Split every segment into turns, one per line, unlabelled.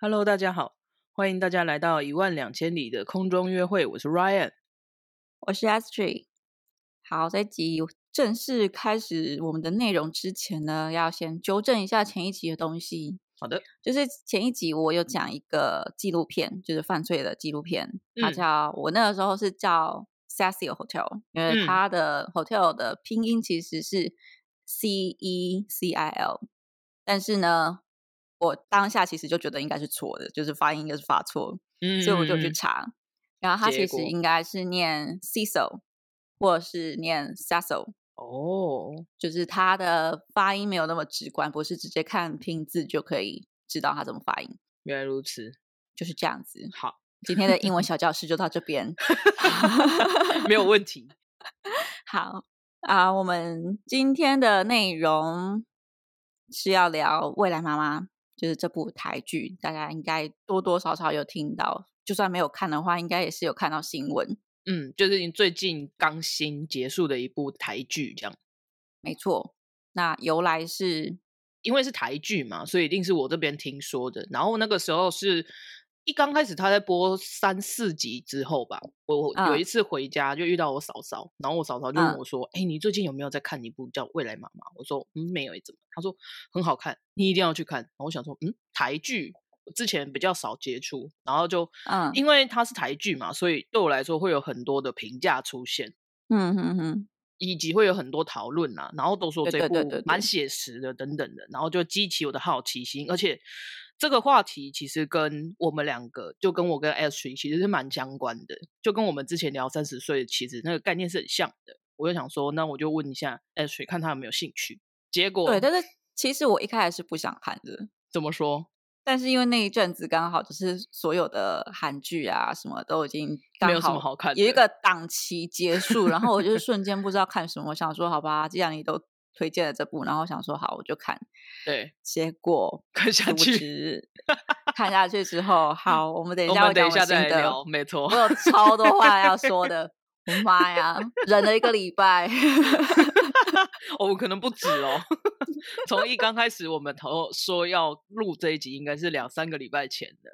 Hello，大家好，欢迎大家来到一万两千里的空中约会，我是 Ryan。
我是 S G。好，这一集正式开始我们的内容之前呢，要先纠正一下前一集的东西。
好的，
就是前一集我有讲一个纪录片，就是犯罪的纪录片，它
嗯
叫、我那个时候是叫 Cecil Hotel，因为
嗯
它的 hotel 的拼音其实是 C E C I L，但是呢，我当下其实就觉得应该是错的，就是发音应该是发错，
嗯
所以我就去
嗯
查。然后它
结
其
果
实应该是念 Cecil，或者是念 Cecil，
哦，
就是它的发音没有那么直观，不是直接看拼字就可以知道它怎么发音，
原来如此。
就是这样子。
好，
今天的英文小教室就到这边。
没有问题。
好啊，我们今天的内容是要聊《未来妈妈》，就是这部台剧，大家应该多多少少有听到，就算没有看的话，应该也是有看到新闻。
嗯，就是你最近刚新结束的一部台剧，这样，
没错，那由来是
因为是台剧嘛，所以一定是我这边听说的。然后那个时候是一刚开始他在播三四集之后吧，我我有
嗯
一次回家就遇到我嫂嫂，然后我嫂嫂就问
嗯
我说：“哎、你最近有没有在看一部叫《未来妈妈》？”我说：“嗯，没有，诶怎么？”她说：“很好看，你一定要去看。”然后我想说：“嗯，台剧。”我之前比较少接触，然后就
嗯
因为它是台剧嘛，所以对我来说会有很多的评价出现。
嗯嗯嗯，
以及会有很多讨论啊，然后都说
对
这
对
部
对对
蛮
对
写实的等等的，然后就激起我的好奇心，而且这个话题其实跟我们两个，就跟我跟 Ashley 其实是蛮相关的，就跟我们之前聊三十岁其实那个概念是很像的。我就想说，那我就问一下 Ashley 看他有没有兴趣。结果
对。但是其实我一开始是不想看的，
怎么说？
但是因为那一阵子刚好就是所有的韩剧啊什么都已经
没
刚
有什么好看
有一
的
个档期结束，然后我就是瞬间不知道看什么，我想说好吧，既然你都推荐了这部，然后想说好我就看，
对，
结果
看下
殊不
去，嗯
知看下去 之后，好，我们等一
我
下
们
会讲
等一下
心
再来
得
聊，没错
我。有超多话要说的，我妈呀，忍了一个礼拜。
哦，可能不止哦。 从一刚开始，我们头说要录这一集，应该是两三个礼拜前的。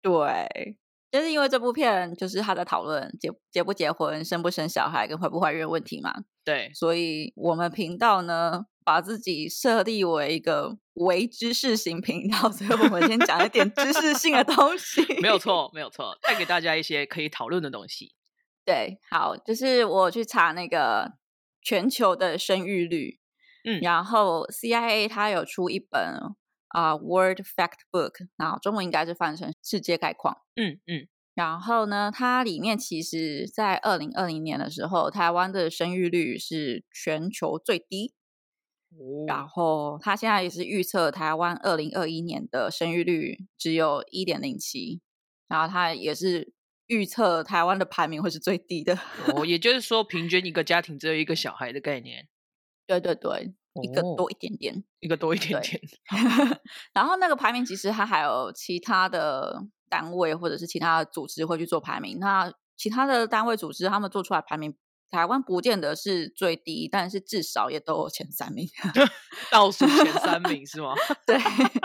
对，就是因为这部片就是他在讨论结结不结婚、生不生小孩跟怀不怀孕的问题嘛，
对，
所以我们频道呢把自己设立为一个为知识型频道， 所以我们先讲一点知识性的东西
。没有错，没有错，带给大家一些可以讨论的东西。
对，好，就是我去查那个全球的生育率，
嗯
然后 CIA 它有出一本啊、Word Fact Book，然后中文应该是翻成世界概况。
嗯嗯，
然后呢，它里面其实在二零二零年的时候，台湾的生育率是全球最低，然
哦，
后它现在也是预测台湾二零二一年的生育率只有一点零七，然后它也是预测台湾的排名会是最低的。
哦，也就是说，平均一个家庭只有一个小孩的概念，
对对对，一个
哦
多一点点。
一个多一点
对
点。
然后那个排名其实它还有其他的单位或者是其他的组织会去做排名。那其他的单位组织他们做出来排名，台湾不见得是最低，但是至少也都有前三名。
倒数前三名是吗？
对，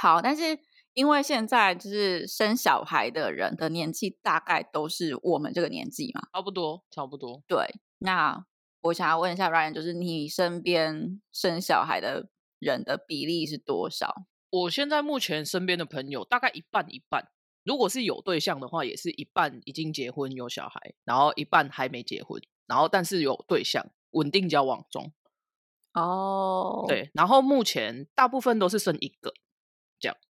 好，但是因为现在就是生小孩的人的年纪大概都是我们这个年纪嘛，
差不多，差不多。
对，那我想要问一下 Ryan，就是你身边生小孩的人的比例是多少？
我现在目前身边的朋友大概一半一半，如果是有对象的话，也是一半已经结婚有小孩，然后一半还没结婚，然后但是有对象，稳定交往中。
哦，，
对，然后目前大部分都是生一个，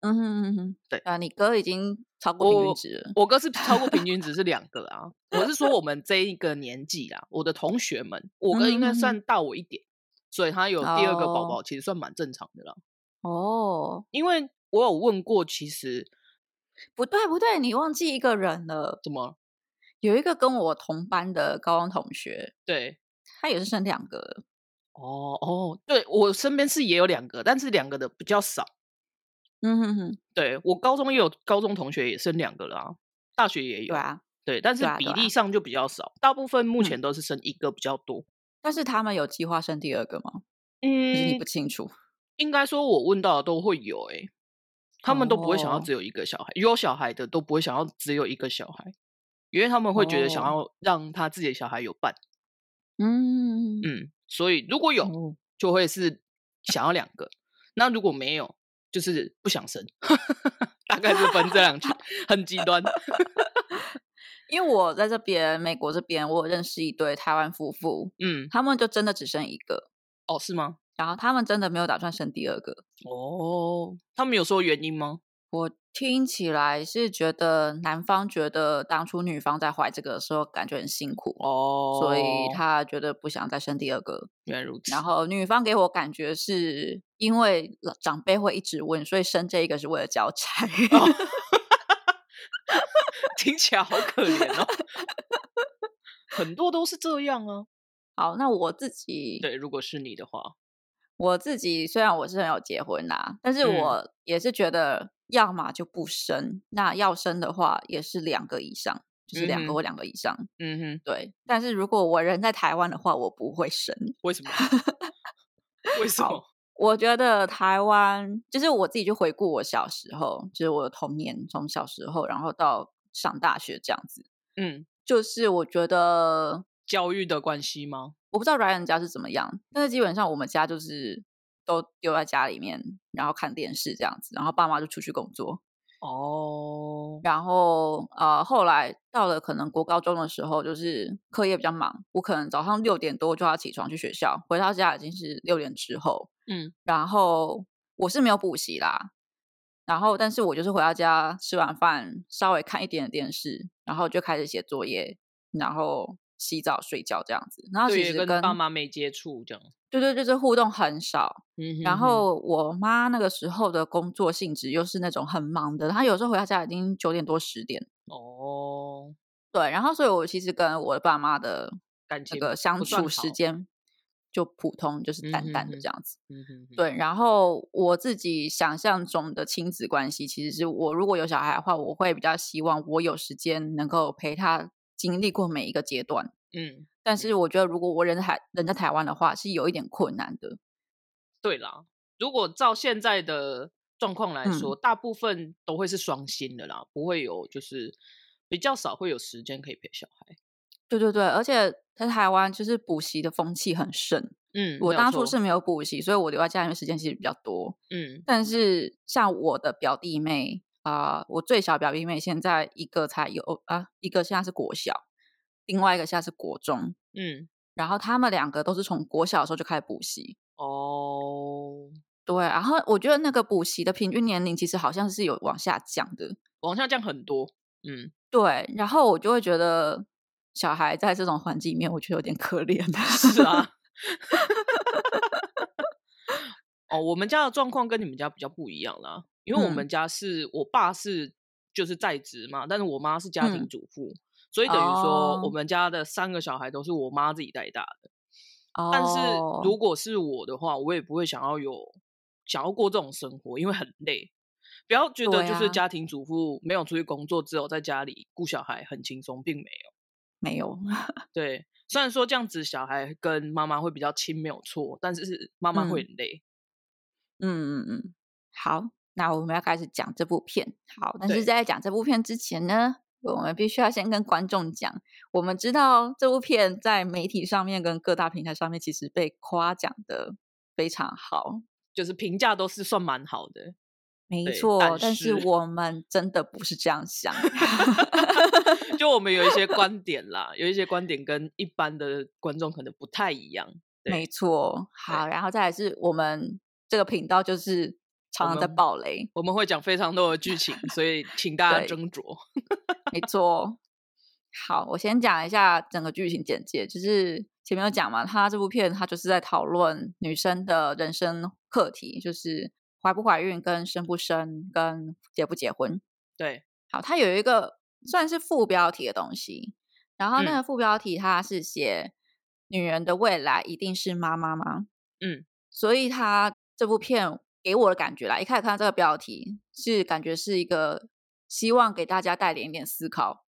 嗯哼嗯哼，
对
啊，你哥已经超过平
我
均值了，
我哥是超过平均值是两个啊。我是说我们这一个年纪啊，我的同学们，我哥应该
嗯哼
算大我一点，所以他有第二个宝
哦
宝，其实算蛮正常的啦。
哦，
因为我有问过，其实
不对不对，你忘记一个人了，
怎么
有一个跟我同班的高中同学，
对
他也是生两个了，
哦哦，对我身边是也有两个，但是两个的比较少。
嗯哼哼，
对我高中也有高中同学也生两个了啊，大学也有，
对啊，
对但是
对啊
比
对
例
啊
上就比较少，大部分目
嗯
前都是生一个比较多。
但是他们有计划生第二个吗？就是你
嗯
不，清楚，
应该说我问到的都会有、欸，他们都不会想要
哦
只有一个小孩，有小孩的都不会想要只有一个小孩，因为他们会觉得想
哦
要让他自己的小孩有伴。
嗯，
嗯，所以如果有，
哦
就会是想要两个；那如果没有，就是不想生。 大概是分这两群，很极端。
因为我在这边美国这边，我有认识一对台湾夫妇，
嗯，
他们就真的只生一个，
哦，是吗？
然后他们真的没有打算生第二个。
哦，他们有说原因吗？
我听起来是觉得男方觉得当初女方在怀这个的时候感觉很辛苦，
哦，
所以他觉得不想再生第二个。
原来如此。
然后女方给我感觉是因为老长辈会一直问，所以生这一个是为了交差。
哦听起来好可怜哦。 很多都是这样啊。
好，那我自己
对，如果是你的话，
我自己虽然我是没有结婚啦，但是
嗯
我也是觉得，要么就不生，那要生的话也是两个以上，就是两
嗯
个
哼
或两个以上。
嗯哼，
对，但是如果我人在台湾的话，我不会生。
为什么？为什
好
么？
我觉得台湾就是我自己去回顾我小时候，就是我的童年，从小时候然后到上大学这样子，
嗯，
就是我觉得
教育的关系吗？
我不知道 Ryan 家是怎么样，但是基本上我们家就是都丢在家里面，然后看电视这样子，然后爸妈就出去工作，
哦，
然后呃后来到了可能国高中的时候，就是课业比较忙，我可能早上六点多就要起床去学校，回到家已经是六点之后，
嗯，
然后我是没有补习啦，然后但是我就是回到家吃完饭，稍微看一点点电视，然后就开始写作业，然后洗澡睡觉这样子，然后其
对，
实
跟爸妈没接触这样。
对对，就是互动很少。
嗯哼
然
哼
后我妈那个时候的工作性质又是那种很忙的，她有时候回到家已经九点多十点。
哦，
对，然后所以我其实跟我的爸妈的
感
这
情
个相
不算
处时
好，
间就普通，就是
嗯
淡
哼
淡的
哼
这样子。
嗯哼哼，
对，然后我自己想象中的亲子关系，其实是我如果有小孩的话，我会比较希望我有时间能够陪他经历过每一个阶段。
嗯，
但是我觉得，如果我人在台人在台湾的话，是有一点困难的。
对啦。如果照现在的状况来
嗯
说，大部分都会是双薪的啦，不会有就是比较少会有时间可以陪小孩。
对对对，而且在台湾就是补习的风气很盛。
嗯，
我
没有
当初
错
是没有补习，所以我留在家里面时间其实比较多。
嗯
但是像我的表弟妹啊、我最小表弟妹现在一个才有啊，一个现在是国小，另外一个现在是国中。
嗯
然后他们两个都是从国小的时候就开始补习。
哦，
对，然后我觉得那个补习的平均年龄其实好像是有往下降的。
往下降很多。嗯，
对，然后我就会觉得小孩在这种环境里面，我觉得有点可怜。
是啊。哦，我们家的状况跟你们家比较不一样啦，因
嗯
为我们家是、我爸是就是在职嘛，但是我妈是家庭
嗯
主妇，所以等于说
哦
我们家的三个小孩都是我妈自己带大的。
哦，
但是如果是我的话，我也不会想要有想要过这种生活，因为很累。不要觉得
对
就是
啊
家庭主妇没有出去工作，只有在家里顾小孩很轻松，并没有。
没有，
对，虽然说这样子小孩跟妈妈会比较亲，没有错，但是是妈妈会
嗯
很累。
嗯嗯嗯，好，那我们要开始讲这部片。好，但
对
是在讲这部片之前呢，我们必须要先跟观众讲，我们知道这部片在媒体上面跟各大平台上面其实被夸奖的非常好。
就是评价都是算蛮好的，
没
对
错，
但
但是
是
我们真的不是这样想。
就我们有一些观点啦，有一些观点跟一般的观众可能不太一样。 对
没错，好，然后再来是我们这个频道就是常常在
们
爆雷，
我们会讲非常多的剧情，所以请大家
对
斟酌。
没错。好，我先讲一下整个剧情简介，就是前面有讲嘛，他这部片他就是在讨论女生的人生课题，就是怀不怀孕、跟生不生、跟结不结婚。
对，
好，它有一个算是副标题的东西，然后
嗯
那个副标题它是写“女人的未来一定是妈妈吗？”
嗯，
所以它这部片给我的感觉啦，一开始看到这个标题是感觉是一个希望给大家带点一点思考，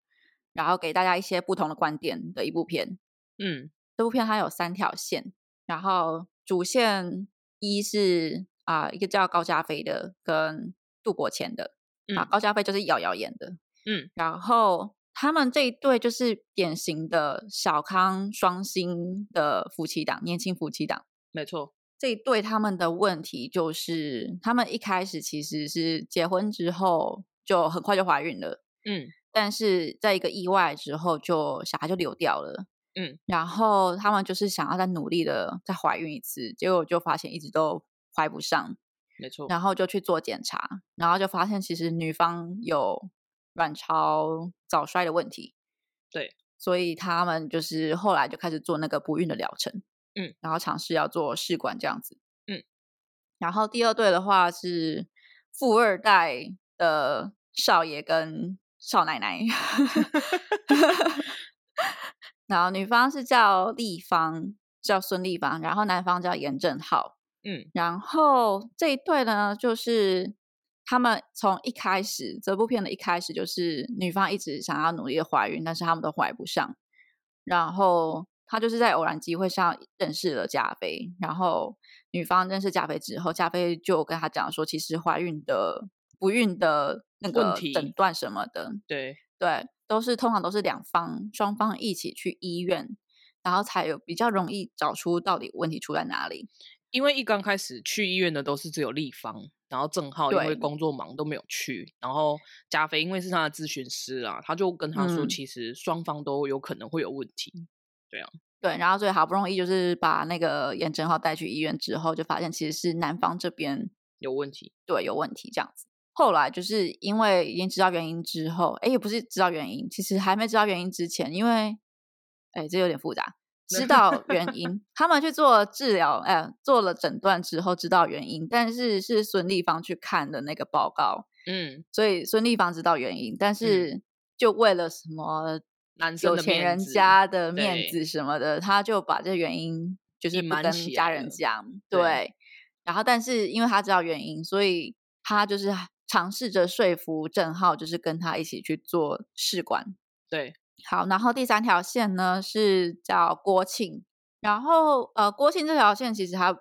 然后给大家一些不同的观点的一部片。
嗯
这部片它有三条线，然后主线一是啊、一个叫高加菲的跟度过前的，
嗯
啊，高家飞就是瑶瑶演的，
嗯，
然后他们这一对就是典型的小康双薪的夫妻档，年轻夫妻档。
没错，
这一对他们的问题就是，他们一开始其实是结婚之后就很快就怀孕了，
嗯
但是在一个意外之后就小孩就流掉了，
嗯，
然后他们就是想要再努力的再怀孕一次，结果就发现一直都怀不上，
没错，
然后就去做检查，然后就发现其实女方有卵巢早衰的问题，
对，
所以他们就是后来就开始做那个不孕的疗程，
嗯，
然后尝试要做试管这样子，
嗯，
然后第二对的话是富二代的少爷跟少 奶奶，然后女方是叫立方，叫孙立方，然后男方叫严正浩，
嗯
然后这一对呢，就是他们从一开始这部片的一开始，就是女方一直想要努力的怀孕，但是他们都怀不上。然后她就是在偶然机会上认识了加菲，然后女方认识加菲之后，加菲就跟她讲说，其实怀孕的、不孕的那
问
个
题
诊断什么的，
对，
对，都是通常都是两方双方一起去医院，然后才有比较容易找出到底问题出在哪里。
因为一刚开始去医院的都是只有立方，然后郑浩因为
对
工作忙都没有去，然后加菲因为是他的咨询师啊，他就跟他说，
嗯
其实双方都有可能会有问题，
对，然后所以好不容易就是把那个严正浩带去医院之后，就发现其实是男方这边
有问题，
对有问题这样子。后来就是因为已经知道原因之后，哎，也不是知道原因，其实还没知道原因之前，因为哎这有点复杂。知道原因，他们去做治疗，哎，做了诊断之后知道原因，但是是孙立方去看的那个报告，
嗯，
所以孙立方知道原因，但是就为了什么
男生
有
的
钱
面
人
子
家的面
对
子什么的，他就把这原因就是
隐
不
瞒
跟
起
家
来
人
了
讲，
对
对。然后，但是因为他知道原因，所以他就是尝试着说服郑浩，就是跟他一起去做试管。
对，
好，然后第三条线呢是叫郭庆，然后呃，郭庆这条线其实他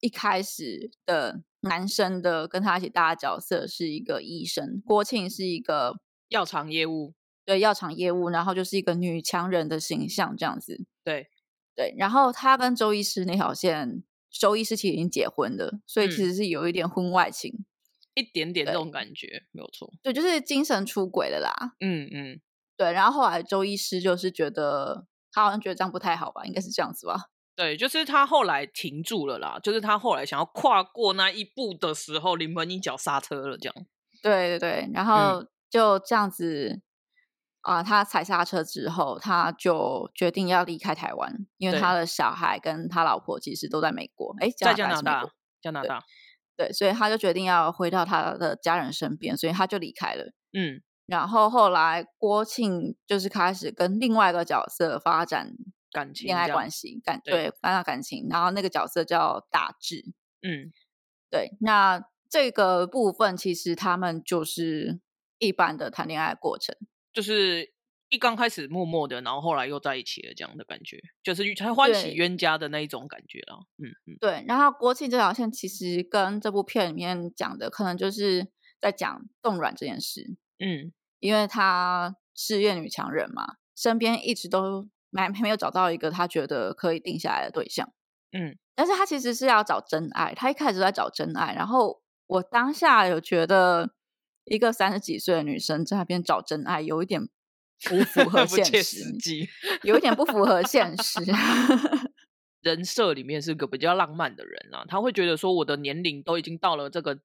一开始的男生的跟他一起搭的角色是一个医生，郭庆是一个
药厂业务，
对药厂业务，然后就是一个女强人的形象这样子。
对
对，然后她跟周医师那条线，周医师其实已经结婚了，所以其
嗯
实是有一点婚外情，
一点点这
对
种感觉，没有错，
对，就是精神出轨了啦。
嗯嗯，
对，然后后来周医师就是觉得他好像觉得这样不太好吧，应该是这样子吧。
对，就是他后来停住了啦，就是他后来想要跨过那一步的时候，临门一脚刹车了，这样，
对对对，
嗯
然后就这样子啊、他踩刹车之后，他就决定要离开台湾，因为
对
他的小孩跟他老婆其实都在美国，哎，
在加
还
拿
是美国
大，加拿
对
大，
对，所以他就决定要回到他的家人身边，所以他就离开了。
嗯，
然后后来郭庆就是开始跟另外一个角色发展
感情
恋爱
这样
关，系，感
对
对发展感情，然后那个角色叫大志。
嗯，
对，那这个部分其实他们就是一般的谈恋爱过程。
就是一刚开始默默的，然后后来又在一起了，这样的感觉，就是才欢喜
对
冤家的那一种感觉啦。嗯嗯，
对，然后郭庆这条线其实跟这部片里面讲的，可能就是在讲冻卵这件事，
嗯，
因为她事业女强人嘛，身边一直都没没有找到一个她觉得可以定下来的对象。
嗯，
但是她其实是要找真爱，她一开始在找真爱，然后我当下有觉得一个三十几岁的女生在那边找真爱，有一点不符合
不切
现
实
实，
际。
有一点不符合现实。
人设里面是个比较浪漫的人啦、他会觉得说我的年龄都已经到了这个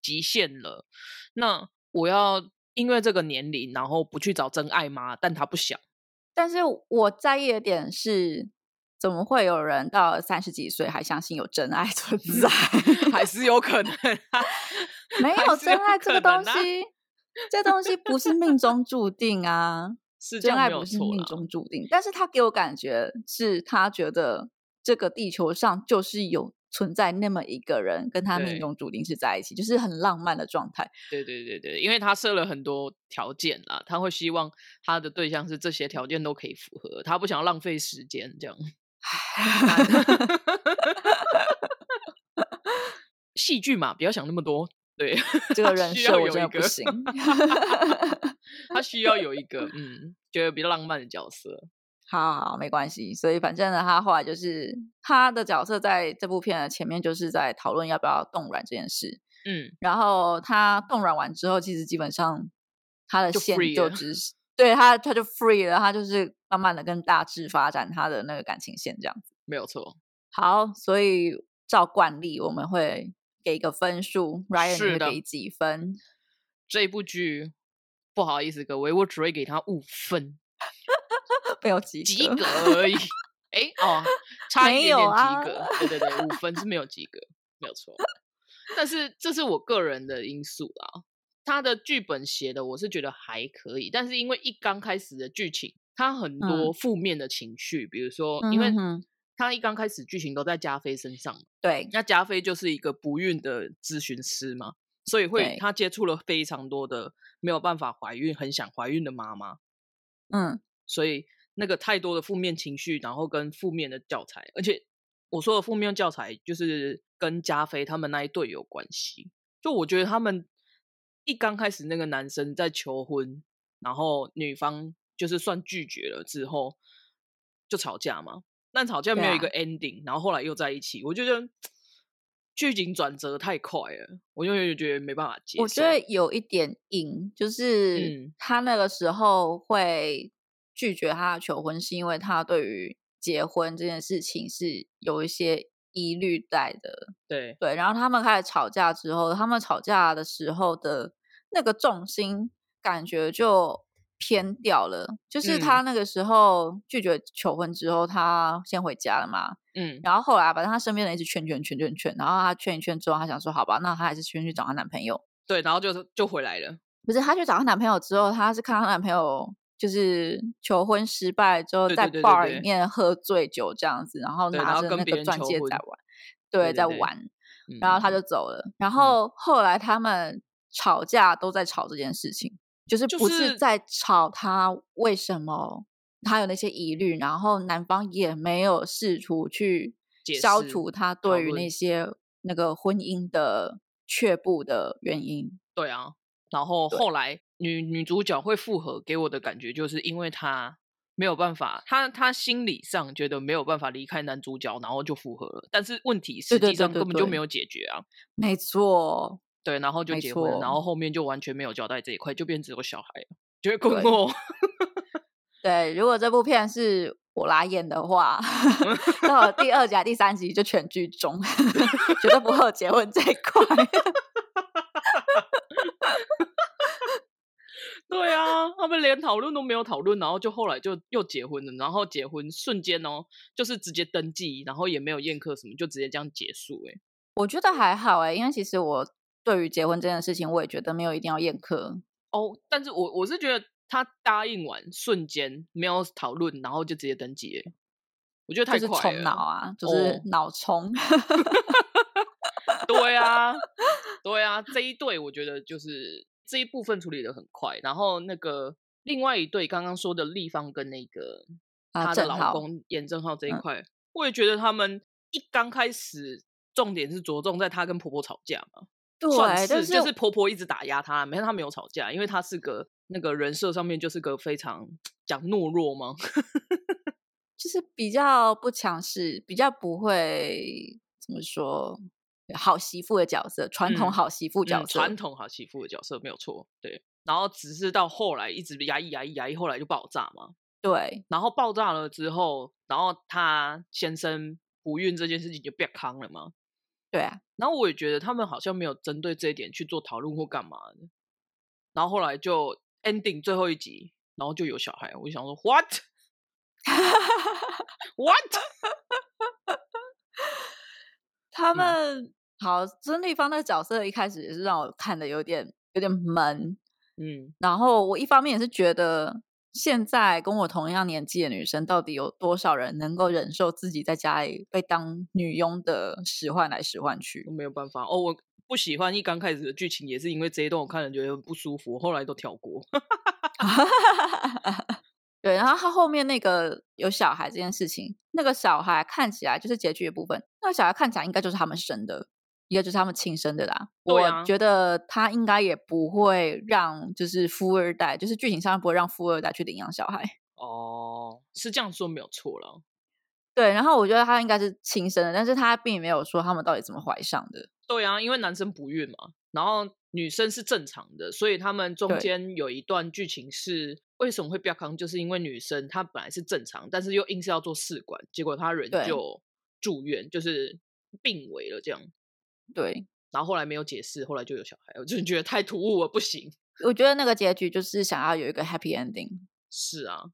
极限了，那我要因为这个年龄，然后不去找真爱吗？但他不想，
但是我在意的点是，怎么会有人到三十几岁还相信有真爱存在？
还是有可能、啊。
没
还
有
是
真
有
爱这
可
个
能
东
啊
西，这东西不是命中注定啊，
是这
真
样
爱
没有
不是
错
命
啦，
中注定。但是他给我感觉是他觉得这个地球上就是有存在那么一个人，跟他
对
命中注定是在一起，就是很浪漫的 状态。
对对对对，因为他设了很多条件啦，他会希望他的对象是这些条件都可以符合，他不想要浪费时间这样。啊戏剧嘛，不要想那么多。对，
这个人
需
设
要
我
有
真
一
的不
个
行。
他需要有一个嗯，觉得比较浪漫的角色。
好好，没关系。所以反正呢，他后来就是他的角色在这部片的前面就是在讨论要不要冻卵这件事。
嗯，
然后他冻卵完之后，其实基本上他的
就
线
free
就
了
只是对他他就 free 了，他就是慢慢的跟大致发展他的那个感情线这样子。
没有错。
好，所以照惯例我们会给一个分数，Ryan 你
是
会
的
给几分？
这部剧不好意思各位，我只会给他五分，
没有及
及
格
格 而已。哎哦，差一
没
点
有
点
啊
及格。对对对，五 分是没有及格，没有错。但是这是我个人的因素啦。他的剧本写的我是觉得还可以，但是因为一刚开始的剧情，它很多负面的情绪，比如说，因为
嗯哼哼
他一刚开始剧情都在加菲身上嘛，
对，
那加菲就是一个不孕的咨询师嘛，所以会
对
他接触了非常多的没有办法怀孕、很想怀孕的妈妈，
嗯，
所以那个太多的负面情绪，然后跟负面的教材，而且我说的负面教材就是跟加菲他们那一对有关系。就我觉得他们一刚开始那个男生在求婚，然后女方就是算拒绝了之后就吵架嘛，但吵架
对
没有
啊
一个 ending，、然后后来又在一起，我觉得剧情转折太快了，我就觉得没办法接受。
我觉得有一点硬，就是
嗯
他那个时候会拒绝他的求婚，是因为他对于结婚这件事情是有一些疑虑在的。
对，
对，然后他们开始吵架之后，他们吵架的时候的那个重心感觉就偏掉了。就是
嗯
他那个时候拒绝求婚之后，他先回家了嘛，
嗯，
然后后来反正他身边的人一直劝劝劝劝劝，然后他劝一劝之后，他想说好吧，那他还是先去找她男朋友。
对，然后就就回来了。
不是，她去找她男朋友之后，她是看她男朋友就是求婚失败之后，
对
在
对对对
bar
对
里面喝醉酒这样子，然后
对然
拿
后
着
跟
那
别
个
人
钻
求
戒
婚
在玩，
对对
在
对
玩，然后
嗯
她就走了。然后后来他们吵架都在吵这件事情，就是
就
不
是
是在吵她为什么她有那些疑虑，然后男方也没有试图去
解
消
释
除她
讨
对于
论
那些那个婚姻的却步的原因。
对啊，然后
对
后来女女主角会复合，给我的感觉就是因为她没有办法，她她心理上觉得没有办法离开男主角，然后就复合了。但是问题实
对
际
对
上
对
根本就
对
没有解决啊，
没错，
对，然后就
没
结婚了，然
错
后后面就完全没有交代这一块，就变只有小孩了，觉得困
对
惑。
对，如果这部片是我来演的话， 到了第二集、第三集就全剧终， 绝对不会有结婚这一块。
对啊，他们连讨论都没有讨论，然后就后来就又结婚了，然后结婚瞬间哦，就是直接登记，然后也没有宴客什么，就直接这样结束、欸。
我觉得还好哎、因为其实我对于结婚这件事情，我也觉得没有一定要宴客。
哦，但是我我是觉得他答应完瞬间没有讨论，然后就直接登记了，我觉得
就
太
是
快
冲
了。
脑啊，就
哦
是脑冲。
对啊，对啊，这一对我觉得就是这一部分处理的很快，然后那个另外一对刚刚说的立方跟那个
啊
她的
郑
老
浩
公严正浩这一
嗯
块，我也觉得他们一刚开始重点是着重在她跟婆婆吵架嘛，算
对，
是
但
就是婆婆一直打压她，没她没有吵架，因为她是个那个人设上面就是个非常讲懦弱吗？
就是比较不强势，比较不会怎么说好媳妇的角色，传统
嗯
好媳妇
嗯
角色。
传统好媳妇的角色没有错，对。然后只是到后来一直压抑压抑压抑，后来就爆炸嘛。
对，
然后爆炸了之后，然后她先生不孕这件事情就变康了嘛。
对啊，
然后我也觉得他们好像没有针对这一点去做讨论或干嘛的。然后后来就 ending 最后一集，然后就有小孩，我就想说 what what
他
嗯
们、好，曾立芳那个角色一开始也是让我看的有点有点闷，
嗯，
然后我一方面也是觉得。现在跟我同样年纪的女生，到底有多少人能够忍受自己在家里被当女佣的使唤来使唤去
都？没有办法哦，我不喜欢一刚开始的剧情，也是因为这一段我看了觉得很不舒服，后来都跳过。
对，然后他后面那个有小孩这件事情，那个小孩看起来就是结局的部分，那个小孩看起来应该就是他们生的，一个就是他们亲生的啦。
对
我
啊
觉得他应该也不会让，就是富二代，就是剧情上不会让富二代去领养小孩。
哦，是这样说没有错了。
对，然后我觉得他应该是亲生的，但是他并没有说他们到底怎么怀上的。
对啊，因为男生不孕嘛，然后女生是正常的，所以他们中
对
间有一段剧情是为什么会不要康，就是因为女生她本来是正常，但是又硬是要做试管，结果她人
对
就住院，就是病危了这样。
对，
然后后来没有解释，后来就有小孩，我真的觉得太突兀了，不行。
我觉得那个结局就是想要有一个 happy ending。
是啊，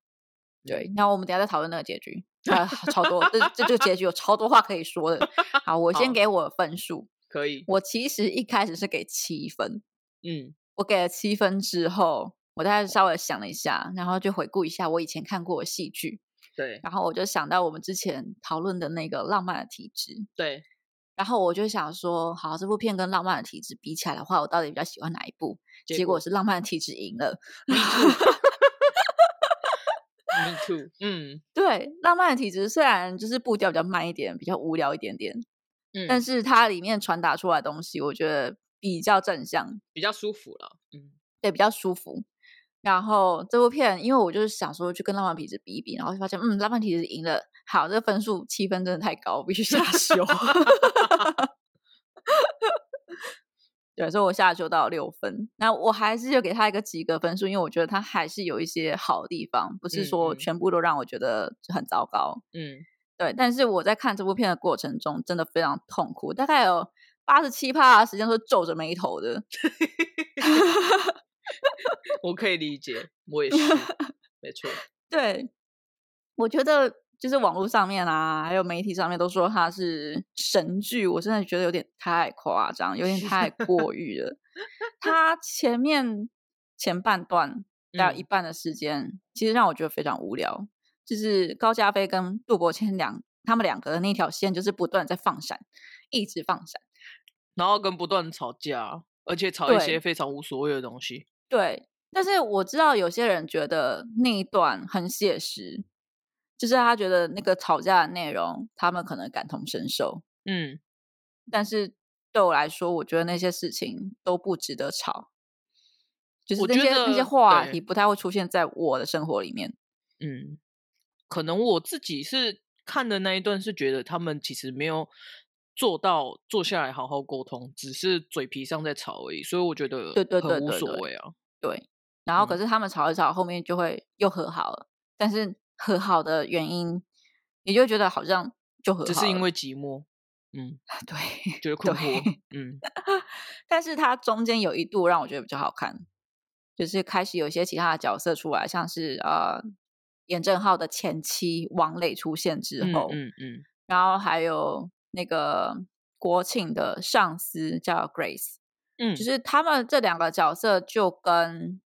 对，那我们等一下再讨论那个结 局。啊，超多，这这这个结局有超多话可以说的。好，我
好
先给我分数。
可以，
我其实一开始是给七分，
嗯，
我给了七分之后，我大概稍微想了一下，然后就回顾一下我以前看过的戏剧，
对
然后我就想到我们之前讨论的那个《浪漫的体质》，
对，
然后我就想说，好，这部片跟《浪漫的体质》比起来的话，我到底比较喜欢哪一部？结果是《浪漫的体质》赢了。
me too，嗯
对，《浪漫的体质》虽然就是步调比较慢一点，比较无聊一点点，
嗯，
但是它里面传达出来的东西，我觉得比较正向，
比较舒服了，嗯，
对，比较舒服。然后这部片，因为我就是想说去跟浪漫体质比一比，然后就发现，嗯，浪漫体质赢了。好，这个分数七分真的太高，我必须下修。 对，所以我下修到六分。那我还是就给他一个及格分数，因为我觉得他还是有一些好的地方，不
嗯
是说
嗯
全部都让我觉得很糟糕。
嗯，
对，但是我在看这部片的过程中，真的非常痛苦，大概有八十七趴的时间都是皱着眉头的。
我可以理解，我也是，没错，
对，我觉得就是网络上面啊，还有媒体上面都说它是神剧，我真的觉得有点太夸张，有点太过誉了。它前面前半段大啊概一
嗯
半的时间，其实让我觉得非常无聊，就是高嘉飞跟杜伯谦两他们两个的那条线，就是不断地在放闪，一直放闪。
然后跟不断地吵架，而且吵一些
对
非常无所谓的东西，
对，但是我知道有些人觉得那一段很写实，就是他觉得那个吵架的内容，他们可能感同身受。
嗯，
但是对我来说，我觉得那些事情都不值得吵，就是
我
那
觉
些那些
得
话
对
题不太会出现在我的生活里面。
嗯，可能我自己是看的那一段是觉得他们其实没有做到坐下来好好沟通，只是嘴皮上在吵而已，所以我觉得
对对对
很无
对
所
对
谓啊，
对，然后可
嗯
是他们吵一吵，后面就会又和好了。但是和好的原因，你就会觉得好像就和好了，
只是因为寂寞，嗯，
对，
觉得困
对
惑，嗯，
但是它中间有一度让我觉得比较好看，就是开始有一些其他的角色出来，像是呃严正浩的前妻王磊出现之
嗯
后，
嗯嗯，
然后还有那个国庆的上司叫 Grace，、
嗯，
就是他们这两个角色就跟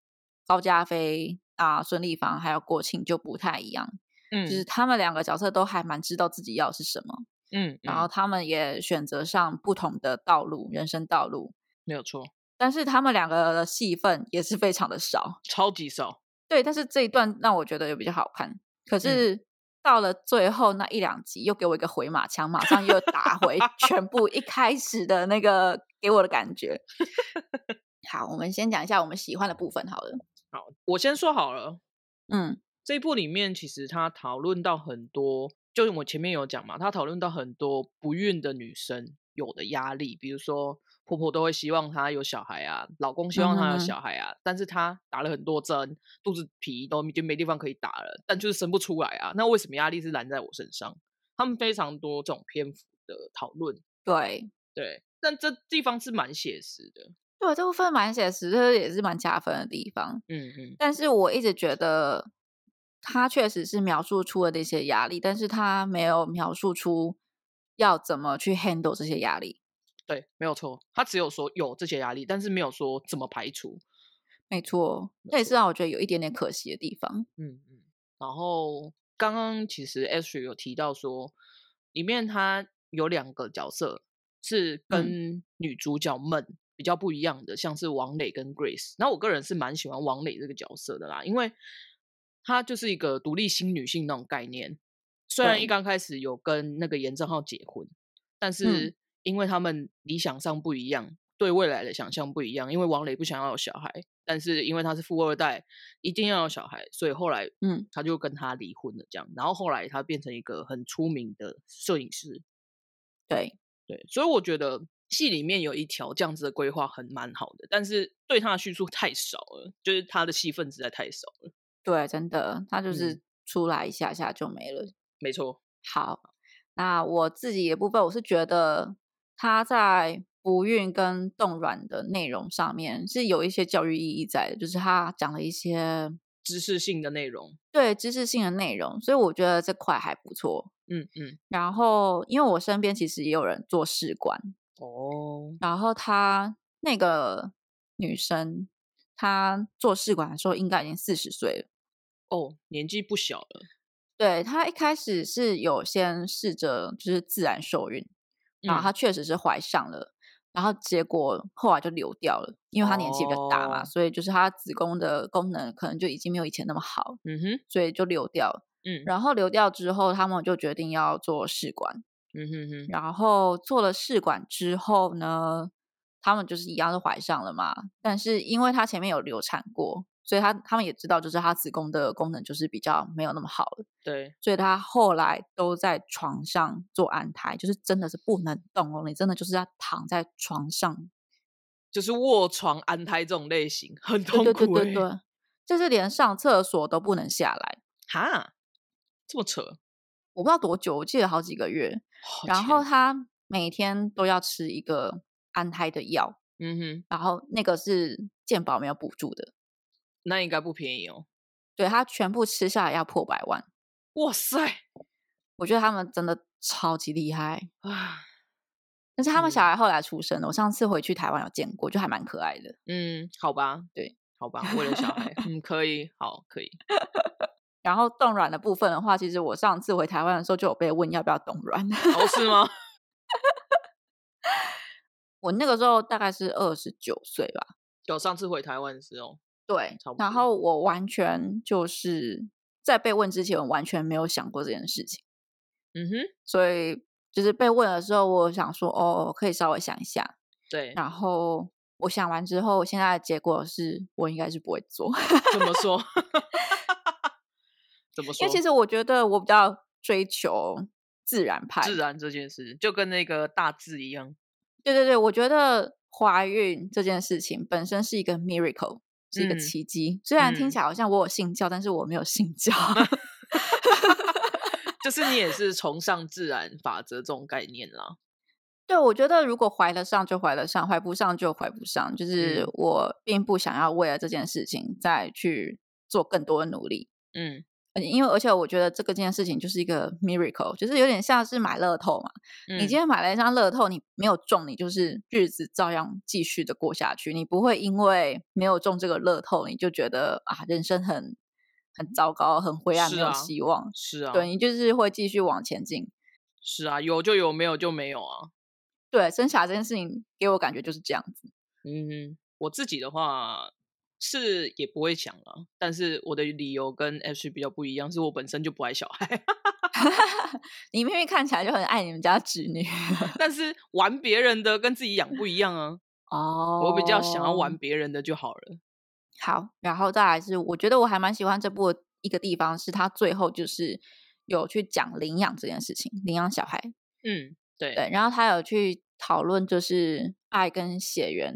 高嘉飞啊、孙立芳还有国庆就不太一样，
嗯
就是他们两个角色都还蛮知道自己要的是什么，
嗯，
然
嗯
后他们也选择上不同的道路，人生道路。
没有错，
但是他们两个的戏份也是非常的少。
超级少，
对，但是这一段让我觉得有比较好看。可是到了最后那一两集，又给我一个回马枪，马上又打 回全部一开始的那个给我的感觉。 好，我们先讲一下我们喜欢的部分好了。
好，我先说好了，
嗯，
这一部里面其实他讨论到很多，就是我前面有讲嘛，他讨论到很多不孕的女生有的压力，比如说婆婆都会希望她有小孩啊，老公希望她有
嗯哼
小孩啊，但是她打了很多针，肚子皮都已经没地方可以打了，但就是生不出来啊，那为什么压力是揽在我身上？他们非常多这种篇幅的讨论，
对
对，但这地方是蛮写实的，
对，这部分蛮写实，这也是蛮加分的地方。
嗯嗯，
但是我一直觉得他确实是描述出了那些压力，但是他没有描述出要怎么去 handle 这些压力。
对，没有错，他只有说有这些压力，但是没有说怎么排除，
没错，这也是让我觉得有一点点可惜的地方。
嗯嗯，然后刚刚其实 Ashley 有提到说，里面他有两个角色是跟女主角们比较不一样的，像是王磊跟 Grace。那我个人是蛮喜欢王磊这个角色的啦，因为她就是一个独立新女性那种概念。虽然一
对
刚开始有跟那个严正浩结婚，但是因为他们理想上不一样，对未来的想象不一样。因为王磊不想要有小孩，但是因为他是富二代，一定要有小孩，所以后来
嗯，
他就跟他离婚了。这样，然后后来他变成一个很出名的摄影师。
对，
对，所以我觉得戏里面有一条这样子的规划很蛮好的，但是对他的叙述太少了，就是他的戏份实在太少了。
对，真的，他就是出来一下下就没了。
没错，
好，那我自己的部分，我是觉得他在不孕跟冻卵的内容上面是有一些教育意义在的，就是他讲了一些
知识性的内容。
对知识性的内容，所以我觉得这块还不错。
嗯嗯，
然后，因为我身边其实也有人做试管，
哦，
然后她那个女生，她做试管的时候应该已经四十岁了。
哦，年纪不小了。
对她一开始是有先试着就是自然受孕，然
嗯
后她确实是怀上了，然后结果后来就流掉了，因为她年纪比较大嘛，
哦
所以就是她子宫的功能可能就已经没有以前那么好，
嗯哼，
所以就流掉了。
嗯
然后流掉之后，他们就决定要做试管，
嗯哼哼，
然后做了试管之后呢，他们就是一样都怀上了嘛。但是因为她前面有流产过，所以她他们也知道，就是她子宫的功能就是比较没有那么好了，
对，
所以她后来都在床上做安胎，就是真的是不能动哦，你真的就是要躺在床上，
就是卧床安胎这种类型，很痛
呃对
苦、欸。
对对对对，就是连上厕所都不能下来。
哈，这么扯。
我不知道多久，我记得好几个月。
好
然后
钱，
她每天都要吃一个安胎的药，
嗯哼，
然后那个是健保没有补助的，
那应该不便宜哦。
对他全部吃下来要破百万，
哇塞，
我觉得他们真的超级厉害。
啊，
但是他们小
嗯
孩后来出生了，我上次回去台湾有见过，就还蛮可爱的。
嗯，好吧，
对，
好吧，为了小孩，嗯，可以，好，可以。
然后冻卵的部分的话，其实我上次回台湾的时候就有被问要不要冻卵，
哦，是吗？
我那个时候大概是二十九岁吧，
有上次回台湾的时候，
对
差不，
然
多
后我完全就是在被问之前，我完全没有想过这件事情，
嗯哼，
所以就是被问的时候，我想说哦，可以稍微想一下，
对，
然后我想完之后，现在的结果是我应该是不会做，
怎么说？ 怎么
因
说？
为其实我觉得我比较追求自然派。
自然这件事，就跟那个大字一样，
对对对，我觉得怀孕这件事情本身是一个 miracle，是一个
嗯
奇迹。虽然听
嗯
起来好像我有信教，但是我没有信教。
就是你也是崇尚自然法则这种概念啦。
对，我觉得如果怀得上就怀得上，怀不上就怀不上。就是
嗯
我并不想要为了这件事情再去做更多的努力。
嗯
而且因为而且我觉得这个件事情就是一个 miracle，就是有点像是买乐透嘛。
嗯，
你今天买了一张乐透，你没有中，你就是日子照样继续的过下去，你不会因为没有中这个乐透，你就觉得啊人生很很糟糕、很灰暗、
是
没有
啊
希望。
是啊，
对你就是会继续往前进。
是啊，有就有，没有就没有啊。
对，生小孩这件事情给我感觉就是这样子。
嗯，我自己的话是也不会想了，但是我的理由跟 H 比较不一样，是我本身就不爱小孩，
你明明看起来就很爱你们家侄女
但是玩别人的跟自己养不一样啊。
哦
我比较想要玩别人的就好了。
好，然后再来是，我觉得我还蛮喜欢这部的一个地方是，它最后就是有去讲领养这件事情，领养小孩。
嗯，对，
对，然后他有去讨论，就是爱跟血缘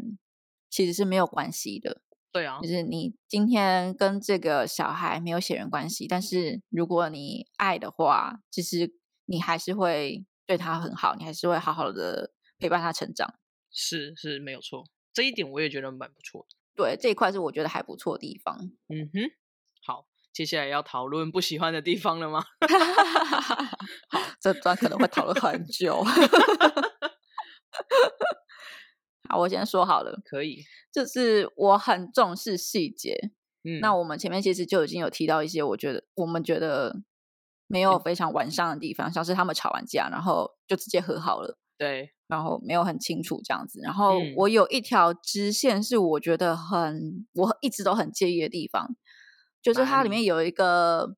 其实是没有关系的，
对啊
就，是你今天跟这个小孩没有血缘关系，但是如果你爱的话，其实你还是会对他很好，你还是会好好的陪伴他成长。
是是没有错，这一点我也觉得蛮不错的。
对这一块是我觉得还不错的地方。
嗯哼，好，接下来要讨论不喜欢的地方了吗？
这段可能会讨论很久。 好，我先说好了，
可以，
就是我很重视细节。
嗯，
那我们前面其实就已经有提到一些，我觉得我们觉得
嗯
没有非常完善的地方，像是他们吵完架，然后就直接和好了，
对，
然后没有很清楚这样子。然后
嗯
我有一条支线是我觉得很我一直都很介意的地方，就是
哪
它里
里
面有一个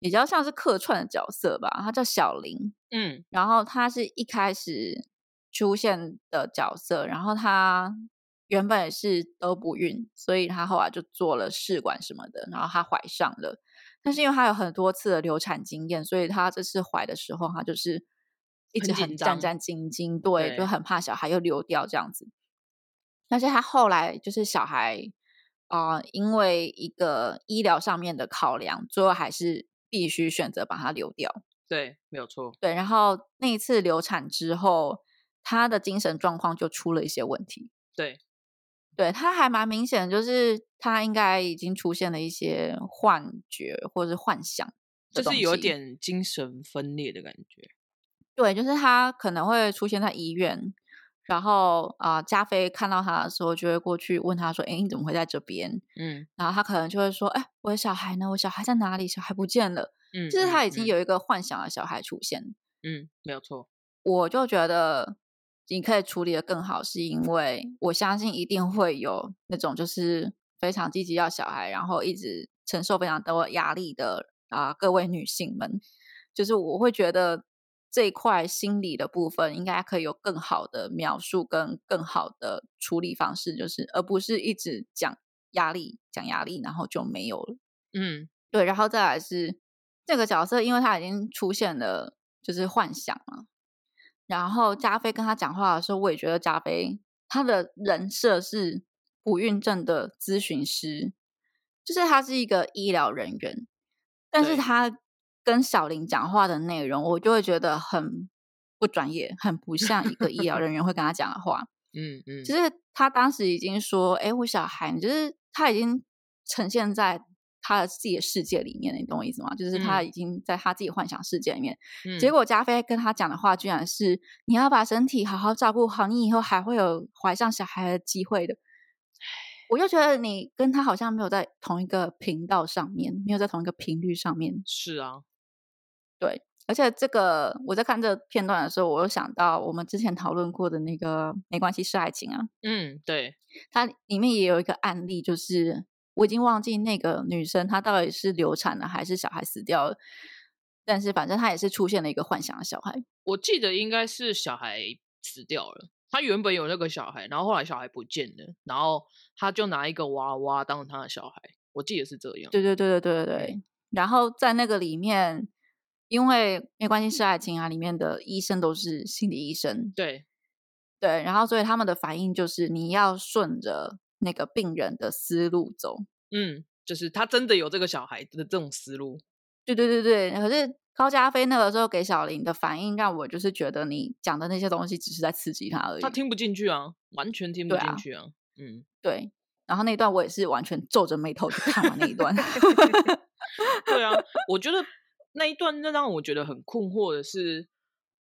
比较像是客串的角色吧，他叫小林，
嗯
然后他是一开始出现的角色，然后她原本也是都不孕，所以她后来就做了试管什么的，然后她怀上了。但是因为她有很多次的流产经验，所以她这次怀的时候，她就是一
很
直
紧
很战
张
战兢兢，对，
对
就很怕小孩又流掉这样子。但是她后来就是小孩啊、呃因为一个医疗上面的考量，最后还是必须选择把它流掉。
对，没有错，
对，然后那一次流产之后，她的精神状况就出了一些问题。
对，
对，她还蛮明显的，就是她应该已经出现了一些幻觉或者是幻想的
就是
东
有
西
点精神分裂的感觉。
对，就是她可能会出现在医院，然后啊、呃加菲看到她的时候就会过去问她说：“哎，你怎么会在这边
嗯？”
然后她可能就会说：“哎，我的小孩呢？我小孩在哪里？小孩不见了。”
嗯，
就是
嗯
她已经
嗯
有一个幻想的小孩出现，
嗯，没有错，
我就觉得你可以处理的更好，是因为我相信一定会有那种就是非常积极要小孩，然后一直承受非常多压力的啊、各位女性们，就是我会觉得这一块心理的部分应该可以有更好的描述跟更好的处理方式，就是而不是一直讲压力讲压力，然后就没有了。
嗯
对，然后再来是这个角色，因为他已经出现了就是幻想嘛。然后加菲跟他讲话的时候，我也觉得加菲他的人设是不孕症的咨询师，就是他是一个医疗人员，但是
对
他跟小林讲话的内容，我就会觉得很不专业，很不像一个医疗人员会跟他讲的话。
嗯嗯，
就是他当时已经说：“哎，我小孩，你就是他已经呈现在他的自己的世界里面了，你懂我意思吗？就是他
嗯
已经在他自己幻想世界里面。结
嗯
果加菲跟他讲的话，居然是你要把身体好好照顾好，你以后还会有怀上小孩的机会的。”我就觉得你跟他好像没有在同一个频道上面，没有在同一个频率上面。
是啊，
而且这个我在看这个片段的时候，我又想到我们之前讨论过的那个《没关系是爱情》啊，
嗯对，
它里面也有一个案例，就是我已经忘记那个女生她到底是流产了还是小孩死掉了，但是反正她也是出现了一个幻想的小孩。
我记得应该是小孩死掉了。他原本有那个小孩，然后后来小孩不见了，然后他就拿一个娃娃当他的小孩，我记得是这样。
对对对对对对对。然后在那个里面，因为没关系是爱情啊，里面的医生都是心理医生，
对，
对，然后所以他们的反应就是你要顺着那个病人的思路走。
嗯，就是他真的有这个小孩的这种思路。
对对对对，可是高加菲那个时候给小林的反应，让我就是觉得你讲的那些东西只是在刺激他而已。
他听不进去啊，完全听不
对啊
进去啊。嗯，
对，然后那一段我也是完全皱着眉头去看完那一 段。
对啊，我觉得那一段那让我觉得很困惑的是，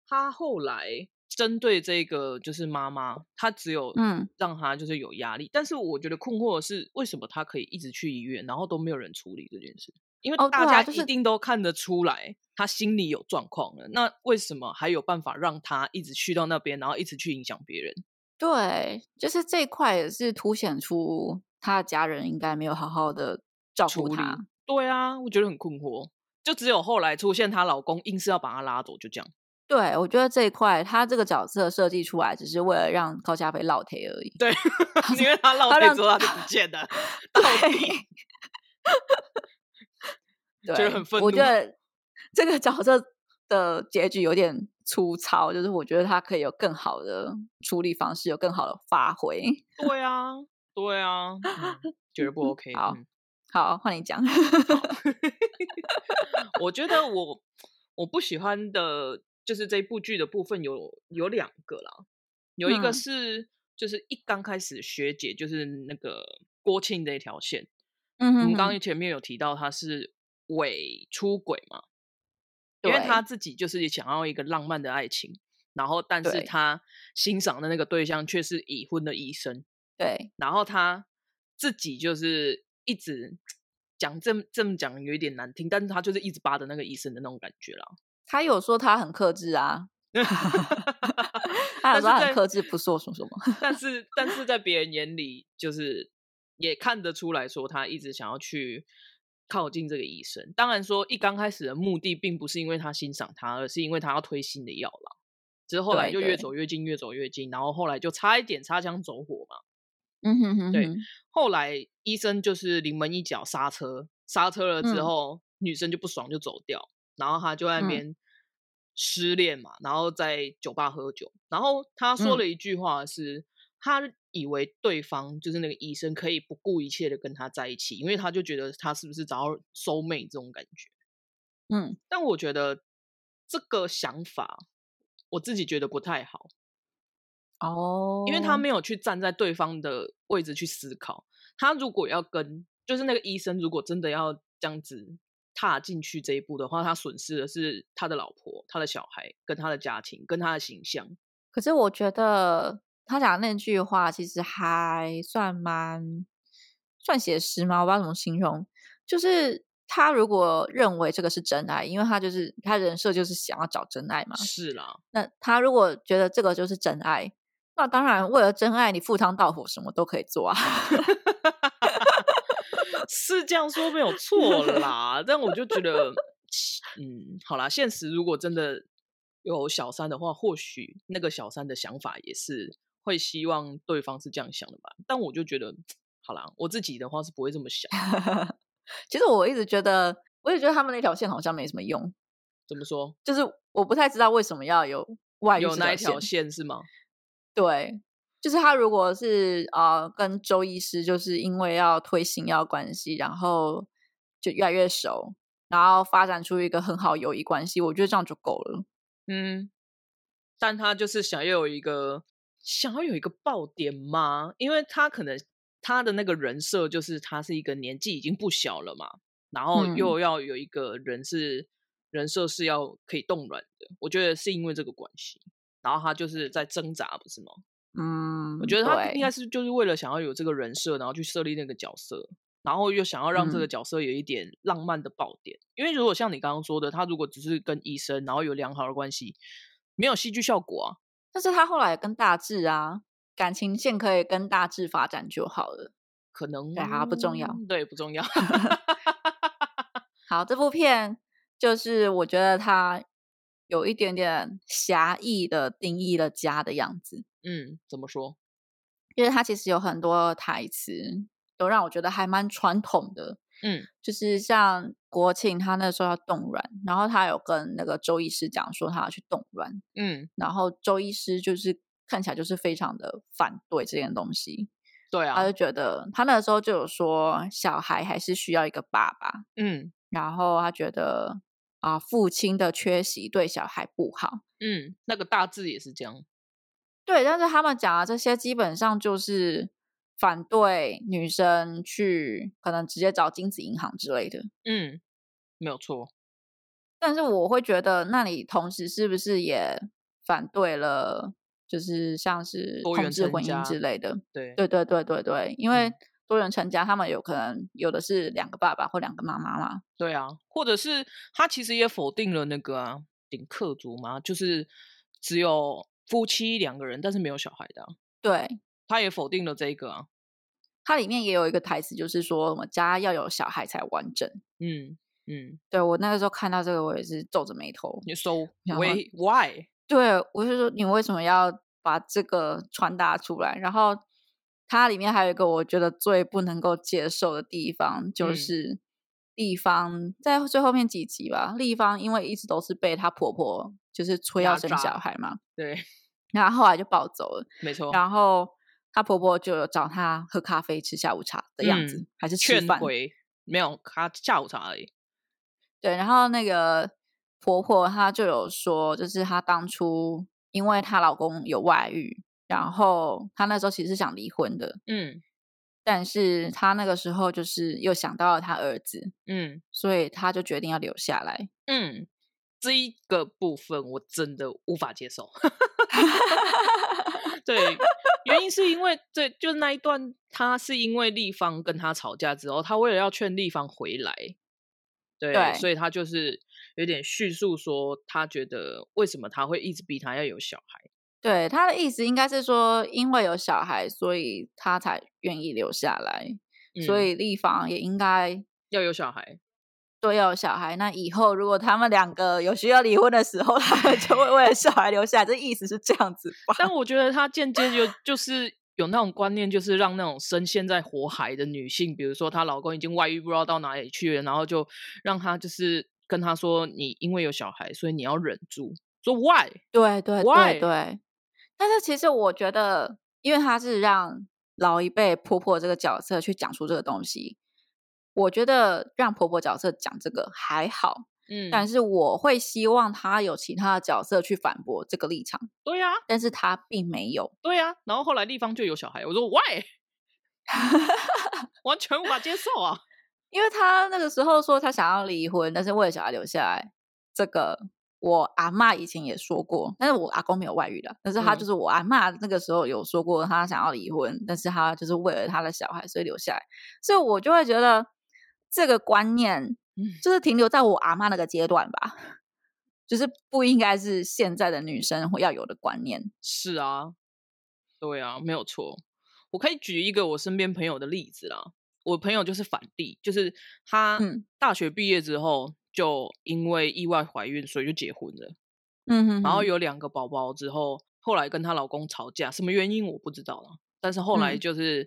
他后来针对这个就是妈妈，他只有
嗯，
让他就是有压力。但是我觉得困惑的是，为什么他可以一直去医院，然后都没有人处理这件事？因为
哦
大
对
家
啊就
一
是
定都看得出来他心里有状况了，那为什么还有办法让他一直去到那边，然后一直去影响别人？
对，就是这一块也是凸显出他的家人应该没有好好的照
处
顾
理
他。
对啊，我觉得很困惑。就只有后来出现她老公硬是要把她拉走，就这样。
对，我觉得这一块他这个角色设计出来，只是为了让高加菲落腿而 已。
对， 因为 她老
他
腿
让
之后她就不见了，
对，对，
觉得很愤
我觉
怒
得这个角色的结局有点粗糙，就是我觉得他可以有更好的处理方式，有更好的发挥。
对啊， 对啊， 嗯觉得不 OK。
好
嗯
好，换你讲。
我觉得我我不喜欢的就是这部剧的部分有有两个啦，有一个
嗯
是、就是一刚开始学姐就是那个郭庆这一条线，
嗯
我
哼
们刚
哼
刚前面有提到她是伪出轨嘛，因为她
对
自己就是想要一个浪漫的爱情，然后但是
对
她欣赏的那个对象却是已婚的医生，
对
然后他自己就是一直讲这么这么讲有一点难听，但是他就是一直扒着那个医生的那种感觉啦。
他有说他很克制啊，他
但
有
是
说他
在
很克制，不说什么什么。
但是但是在别人眼里，就是也看得出来说他一直想要去靠近这个医生。当然说一刚开始的目的并不是因为他欣赏他，而是因为他要推新的药啦。只是后来
对
就越
对
走越近，越走越近，然后后来就差一点擦枪走火嘛。
嗯哼哼，
对
哼，
后来医生就是临门一脚刹车，刹车了之
嗯
后，女生就不爽就走掉，然后她就在那
嗯
边失恋嘛，然后在酒吧喝酒，然后她说
嗯
了一句话是，她以为对方就是那个医生可以不顾一切的跟她在一起，因为她就觉得她是不是找到收妹这种感觉，
嗯，
但我觉得这个想法我自己觉得不太好。
哦，
因为他没有去站在对方的位置去思考。他如果要跟，就是那个医生，如果真的要这样子踏进去这一步的话，他损失的是他的老婆、他的小孩、跟他的家庭、跟他的形象。
可是我觉得他讲的那句话其实还算蛮算写实吗？我不知道怎么形容。就是他如果认为这个是真爱，因为他就是他人设就是想要找真爱嘛。
是啦，
那他如果觉得这个就是真爱，那当然为了真爱，你赴汤蹈火什么都可以做啊。
是这样说没有错啦。但我就觉得，嗯，好啦，现实如果真的有小三的话，或许那个小三的想法也是会希望对方是这样想的吧。但我就觉得，好啦，我自己的话是不会这么想。
其实我一直觉得，我也觉得他们那条线好像没什么用，
怎么说？
就是我不太知道为什么要有外遇
有
这
那一条
条线
线是吗？
对，就是他如果是呃跟周医师，就是因为要推行药关系，然后就越来越熟，然后发展出一个很好友谊关系，我觉得这样就够了。
嗯，但他就是想要有一个想要有一个爆点嘛，因为他可能他的那个人设就是他是一个年纪已经不小了嘛，然后
嗯
又要有一个人是、人设是要可以动软的，我觉得是因为这个关系，然后他就是在挣扎，不是吗？
嗯，
我觉得他
对
应该是就是为了想要有这个人设，然后去设立那个角色，然后又想要让这个
嗯
角色有一点浪漫的爆点。因为如果像你刚刚说的，他如果只是跟医生，然后有良好的关系，没有戏剧效果啊。
但是他后来跟大志啊感情线可以跟大志发展就好了。
可能嗯
对啊好不重要，
对，不重要。
好，这部片就是我觉得它有一点点狭义的定义了家的样子。
嗯，怎么说？
因为它其实有很多台词都让我觉得还蛮传统的，
嗯，
就是像国庆他那时候要冻卵，然后他有跟那个周医师讲说他要去冻卵，
嗯，
然后周医师就是看起来就是非常的反对这件东西，
对
他
啊
就，觉得他那时候就有说小孩还是需要一个爸爸，
嗯
然后他觉得啊、父亲的缺席对小孩不好，
嗯，那个大致也是这样。
对，但是他们讲的这些基本上就是反对女生去可能直接找精子银行之类的。
嗯，没有错。
但是我会觉得，那你同时是不是也反对了，就是像是
多
同
元
志
成
婚姻
家
之类的？
对，
对对对对对，因为
嗯
多元成家，他们有可能有的是两个爸爸或两个妈妈嘛。
对啊，或者是他其实也否定了那个啊，顶客族嘛，就是只有夫妻两个人，但是没有小孩的啊、
对，
他也否定了这个啊。
它里面也有一个台词，就是说我们家要有小孩才完整。
嗯嗯，
对我那个时候看到这个，我也是皱着眉头。
你说
然后
why why？
对，我就说你为什么要把这个传达出来？然后它里面还有一个我觉得最不能够接受的地方，就
嗯
是立方在最后面几集吧，立方因为一直都是被她婆婆就是催要
压
生
榨
小孩嘛，
对，
然后后来就暴走了，
没错，
然后她婆婆就有找她喝咖啡、吃下午茶的样子，
嗯
还是吃
劝
饭？
回没有，他下午茶而已。
对，然后那个婆婆她就有说，就是她当初因为她老公有外遇，然后她那时候其实是想离婚的，
嗯
但是她那个时候就是又想到了她儿子，
嗯
所以她就决定要留下来。
嗯，这一个部分我真的无法接受。 对，原因是因为对，就那一段，他是因为立方跟他吵架之后，他为了要劝立方回来，对，
对
所以他就是有点叙述说，他觉得为什么他会一直逼他要有小孩，
对，她的意思应该是说，因为有小孩，所以她才愿意留下来，所
嗯
以立方也应该
要有小孩，
对，要有小孩。那以后如果他们两个有需要离婚的时候， 他们就会为了小孩留下来。这意思是这样子吧？
但我觉得他间接就就是有那种观念，就是让那种深陷在火海的女性，比如说她老公已经外遇不知道到哪里去了，然后就让她就是跟她说，你因为有小孩，所以你要忍住。说 why？
对对对
Why？
对。但是其实我觉得，因为他是让老一辈婆婆这个角色去讲出这个东西，我觉得让婆婆角色讲这个还好，
嗯，
但是我会希望她有其他的角色去反驳这个立场，
对呀、
但是她并没有。
对呀、然后后来立方就有小孩，我说 why？完全无法接受啊！
因为他那个时候说他想要离婚，但是为了小孩留下来，这个我阿嬷以前也说过，但是我阿公没有外遇的，但是他
嗯
就是我阿嬷那个时候有说过他想要离婚，但是他就是为了他的小孩所以留下来，所以我就会觉得这个观念
嗯
就是停留在我阿嬷那个阶段吧， 就是不应该是现在的女生会要有的观念。
是啊，对啊，没有错。我可以举一个我身边朋友的例子啦。我朋友就是反例，就是她
嗯
大学毕业之后就因为意外怀孕，所以就结婚了。
嗯哼
然后
哼
有两个宝宝之后，后来跟她老公吵架，什么原因我不知道了。但是后来
嗯
就是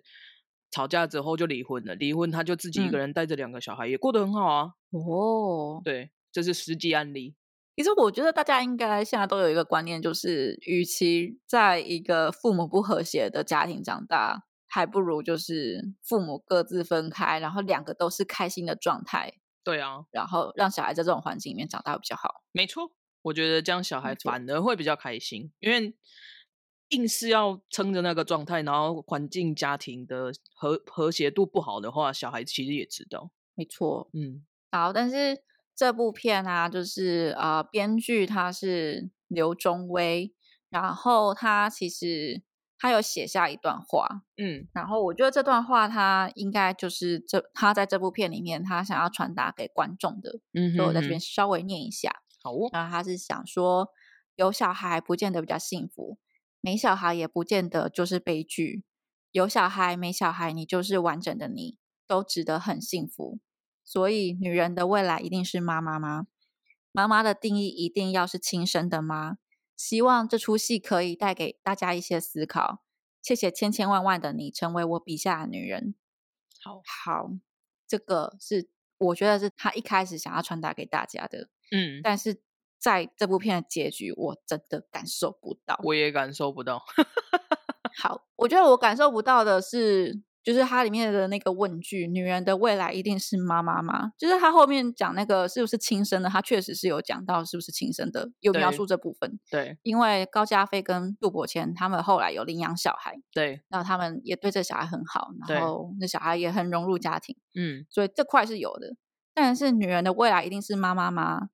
吵架之后就离婚了，离婚她就自己一个
嗯
人带着两个小孩，也过得很好啊。
哦，
对，这是实际案例。
其实我觉得大家应该现在都有一个观念，就是与其在一个父母不和谐的家庭长大，还不如就是父母各自分开，然后两个都是开心的状态，
对啊，
然后让小孩在这种环境里面长大会比较好。
没错，我觉得这样小孩
没错
反而会比较开心，因为硬是要撑着那个状态，然后环境、家庭的和和谐度不好的话，小孩其实也知道。
没错，
嗯，
好，但是这部片啊，就是啊、呃编剧他是刘忠威，然后他其实他有写下一段话，
嗯
然后我觉得这段话，他应该就是这他在这部片里面他想要传达给观众的，
嗯哼哼，
所以我在这边稍微念一下。
好哦，
然后他是想说，有小孩不见得比较幸福，没小孩也不见得就是悲剧。有小孩没小孩，你就是完整的你，都值得很幸福。所以，女人的未来一定是妈妈吗？妈妈的定义一定要是亲生的吗？希望这出戏可以带给大家一些思考。谢谢千千万万的你，成为我笔下的女人。
好，
好，这个是我觉得是他一开始想要传达给大家的，
嗯，
但是在这部片的结局，我真的感受不到。
我也感受不 到。
好，我觉得我感受不到的是，就是它里面的那个问句“女人的未来一定是妈妈吗？”就是他后面讲那个是不是亲生的，他确实是有讲到是不是亲生的，有描
对
述这部分。
对
因为高嘉菲跟杜伯谦他们后来有领养小孩，
对，
然后他们也对这小孩很好，
对
然后那小孩也很融入家庭，
嗯，
所以这块是有的。但是女人的未来一定是妈妈吗？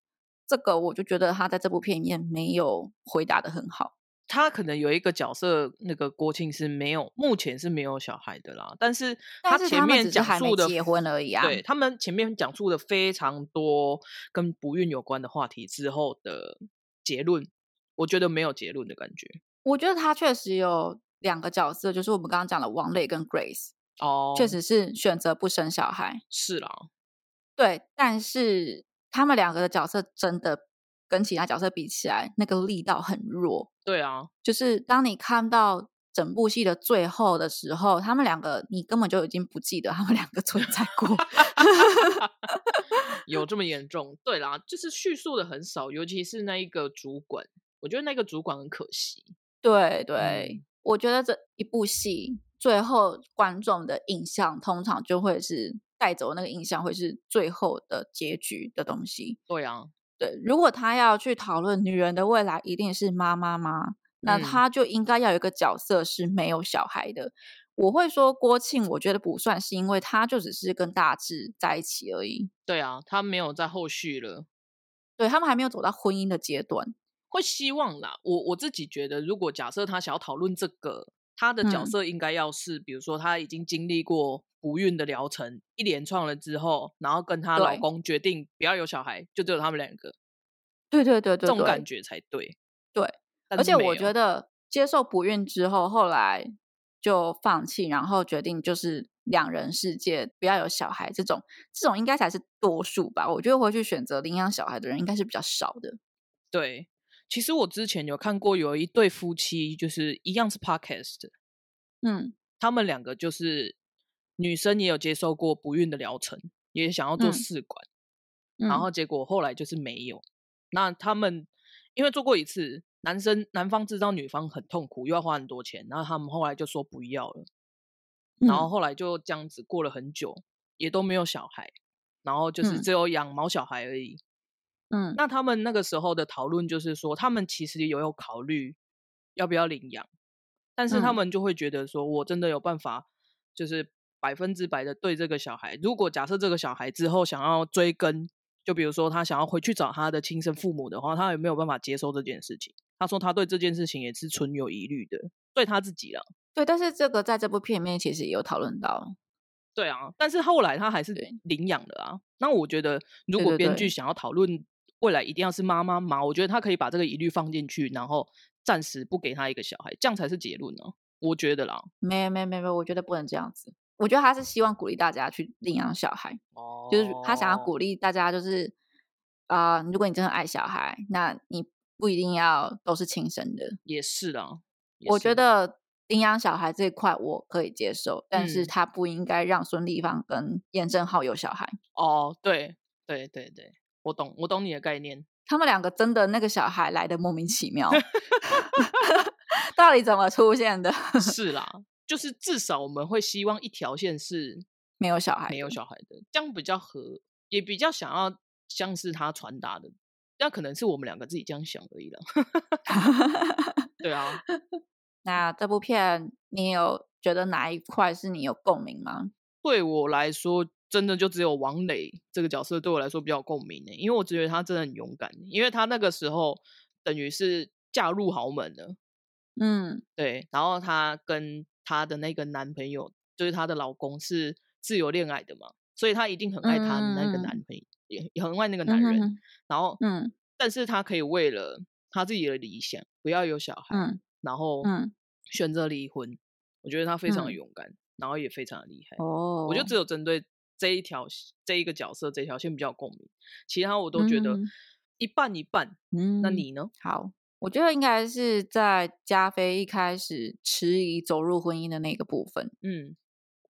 这个我就觉得他在这部片里面没有回答的很好。
他可能有一个角色，那个郭庆是没有，目前是没有小孩的啦。但是
但是
前
他们
面
只是
讲
还没
述的
结婚而已啊
对他们前面讲述的非常多跟不孕有关的话题之后的结论，我觉得没有结论的感觉。
我觉得他确实有两个角色，就是我们刚刚讲的王磊跟 Grace，、
哦，
确实是选择不生小孩。
是啦，
对，但是他们两个的角色真的跟其他角色比起来，那个力道很弱。
对啊，
就是当你看到整部戏的最后的时候，他们两个你根本就已经不记得他们两个存在过。
有这么严重？对啦，就是叙述的很少，尤其是那一个主管，我觉得那个主管很可惜。
对
嗯
对，我觉得这一部戏最后观众的印象，通常就会是带走那个印象，会是最后的结局的东西。
对啊，
对，如果他要去讨论女人的未来一定是妈妈吗？那
嗯
他就应该要有一个角色是没有小孩的。我会说郭庆，我觉得不算，是因为他就只是跟大志在一起而已。
对啊，他没有在后续了。
对他们还没有走到婚姻的阶段。
会希望啦，我我自己觉得，如果假设他想要讨论这个，他的角
嗯
色应该要是，比如说他已经经历过不孕的疗程一连串了之后，然后跟她老
对
公决定不要有小孩，就只有他们两个，
对对对对
这
对，
种感觉才对。
对，
但
而
是
且
没
我
有
觉得接受不孕之后，后来就放弃，然后决定就是两人世界，不要有小孩这种，这种应该才是多数吧？我觉得会去选择领养小孩的人应该是比较少的。
对，其实我之前有看过有一对夫妻，就是一样是 podcast，的
嗯
他们两个就是女生也有接受过不孕的疗程，也想要做
嗯
试管，
嗯
然后结果后来就是没有。那他们因为做过一次，男生男方知道女方很痛苦，又要花很多钱，然后他们后来就说不要了，然后
嗯
后来就这样子过了很久，也都没有小孩，然后就是
嗯
只有养毛小孩而已。
嗯
那他们那个时候的讨论就是说，他们其实也有考虑要不要领养，但是他
嗯
们就会觉得说，我真的有办法，就是百分之百的对这个小孩。如果假设这个小孩之后想要追根，就比如说他想要回去找他的亲生父母的话，他有没有办法接受这件事情？他说他对这件事情也是存有疑虑的，对他自己啦。
对，但是这个在这部片里面其实也有讨论到，
对啊，但是后来他还是
对
领养了啊。那我觉得，如
对
果
对
编
对
剧想要讨论未来一定要是妈妈嘛，我觉得他可以把这个疑虑放进去，然后暂时不给他一个小孩，这样才是结论呢、啊我觉得啦，
没有没有没有没有，我觉得不能这样子。我觉得他是希望鼓励大家去领养小孩，
哦
就是他想要鼓励大家，就是啊、如果你真的爱小孩，那你不一定要都是亲生的。
也是啦。也
我觉
是
得领养小孩这一块我可以接受，但是
嗯
他不应该让孙立芳跟严正浩有小孩。
哦，对对对对，我懂，我懂你的概念。
他们两个真的那个小孩来的莫名其 妙，到底怎么出现的？
是啦，就是至少我们会希望一条线 是
没有小孩，
没有小孩的，这样比较合，也比较想要像是他传达的。那可能是我们两个自己这样想而已啦。 对啊，
那这部片你有觉得哪一块是你有共鸣吗？
对我来说，真的就只有王磊这个角色对我来说比较有共鸣呢、因为我觉得他真的很勇敢，因为他那个时候等于是嫁入豪门了，
嗯
对，然后她跟她的那个男朋友，就是她的老公是自由恋爱的嘛，所以她一定很爱她那个
嗯嗯嗯
男朋友，也也很爱那个
嗯
男人，
哼哼
然后
嗯
但是她可以为了她自己的理想，不要有小孩，
嗯
然后
嗯
选择离婚。我觉得她非常的
嗯
勇敢，然后也非常的厉害。
哦，
我就只有针对这一条这一个角色这条线比较有共鸣，其他我都觉得
嗯
一半一半。
嗯
那你呢？
好，我觉得应该是在加菲一开始迟疑走入婚姻的那个部分。
嗯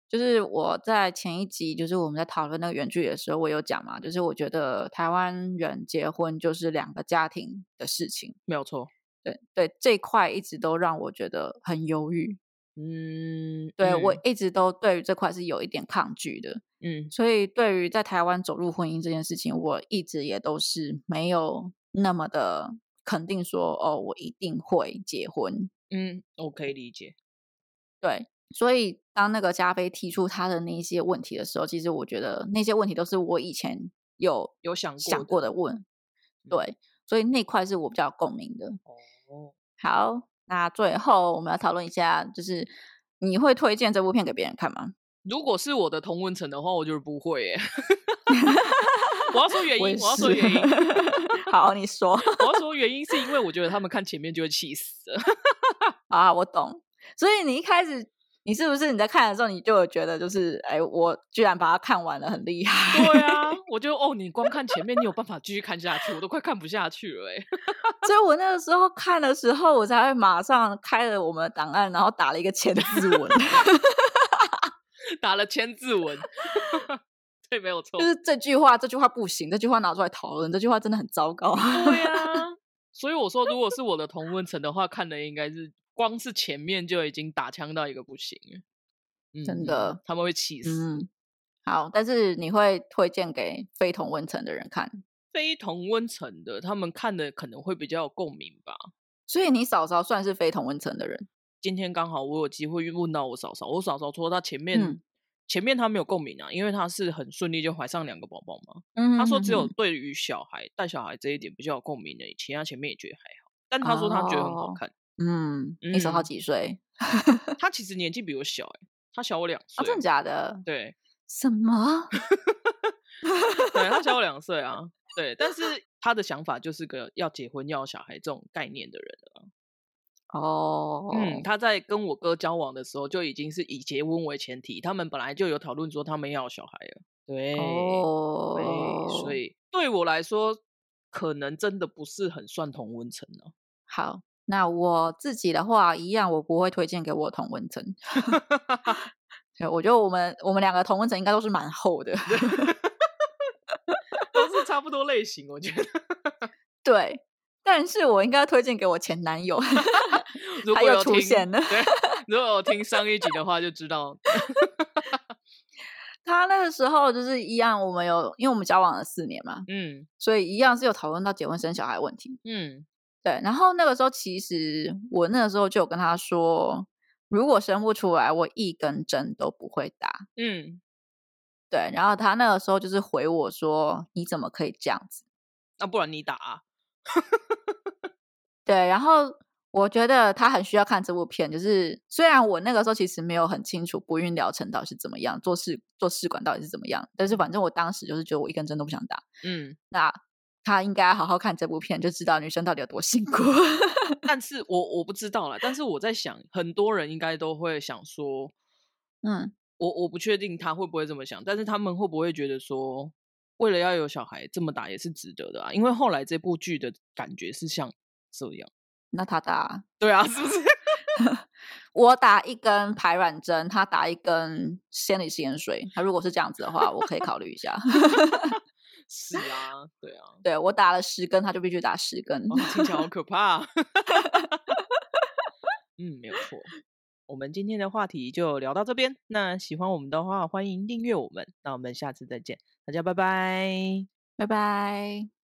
就是我在前一集，就是我们在讨论那个原剧的时候，我有讲嘛，就是我觉得台湾人结婚就是两个家庭的事情，
没有错。
对对，这一块一直都让我觉得很犹豫，
嗯，
对、我
嗯
一直都对于这块是有一点抗拒的，
嗯
所以对于在台湾走入婚姻这件事情，我一直也都是没有那么的肯定说，哦，我一定会结婚，
嗯，我可以理解。
对，所以当那个加菲提出他的那一些问题的时候，其实我觉得那些问题都是我以前有
有想过
想
的嗯
过的问，对，所以那块是我比较有共鸣的。
哦，
好，那最后我们要讨论一下，就是你会推荐这部片给别人看吗？
如果是我的同温层的话，我就是不会 耶。我要说原因，
也
我要说
是
原因，
好，你说
我要说原因是因为我觉得他们看前面就会气死了。
啊，我懂。所以你一开始，你是不是你在看的时候，你就有觉得就是，哎，我居然把它看完了，很厉害。
对啊，我就哦，你光看前面，你有办法继续看下去，我都快看不下去了哎。
所以我那个时候看的时候，我才会马上开了我们的档案，然后打了一个 千字文，
打了千字文， 对，没有错
就。是这句话，这句话不行，这句话拿出来讨论，这句话真的很糟糕。
对 啊，所以我说，如果是我的同温层的话，看的应该是光是前面就已经打枪到一个不行了。嗯
真的，
他们会气死。
嗯，好，但是你会推荐给非同温层的人看，
非同温层的，他们看的可能会比较有共鸣吧。
所以你嫂嫂算是非同温层的人，
今天刚好我有机会问到我嫂嫂，我嫂嫂说她前面、
嗯
前面她没有共鸣啊，因为她是很顺利就怀上两个宝宝嘛。
嗯
她说只有对于小孩带小孩这一点比较有共鸣的，其他前面也觉得还好。但她说她觉得很好
哦
看，
嗯，你嫂嫂
嗯
几岁？
她其实年纪比我小、欸，她小我两岁、
啊，真的假的？
对，
什么？
对，她小我两岁啊，对，但是她的想法就是个要结婚要有小孩这种概念的人了啊。
哦，
嗯，他在跟我哥交往的时候就已经是以结婚为前提，他们本来就有讨论说他们要有小孩了。对，
哦，
对，所以对我来说，可能真的不是很算同温层哦。
好，那我自己的话一样，我不会推荐给我同 温层。对我觉得我们我们两个同温层应该都是蛮厚的。
都是差不多类型，我觉得。
对，但是我应该推荐给我前男友。
如
他
果
又
有
出
听
现了
对，如果有听上一集的话，就知道。
他那个时候就是一样，我们有因为我们交往了四年嘛，
嗯
所以一样是有讨论到结婚生小孩的问题。
嗯
对，然后那个时候其实我那个时候就有跟他说，如果生不出来，我一根针都不会打。
嗯，
对，然后他那个时候就是回我说：“你怎么可以这样子
那、不然你打、啊。？”
对，然后我觉得他很需要看这部片，就是虽然我那个时候其实没有很清楚不孕疗程到底是怎么样，做试做试管到底是怎么样，但是反正我当时就是觉得我一根针都不想打。
嗯，
那他应该好好看这部片，就知道女生到底有多辛苦。
但是我我不知道啦，但是我在想，很多人应该都会想说，
嗯，
我我不确定他会不会这么想，但是他们会不会觉得说，为了要有小孩，这么打也是值得的啊？因为后来这部剧的感觉是像这样，
那他打
对啊，是不是？
我打一根排卵针，他打一根生理食盐水。他如果是这样子的话，我可以考虑一下。
是啊，对 啊，
对我打了十根，他就必须打十根。
哦，听起来好可怕、啊。 嗯，没有错。我们今天的话题就聊到这边。那喜欢我们的话，欢迎订阅我们。那我们下次再见，大家拜拜。
拜拜。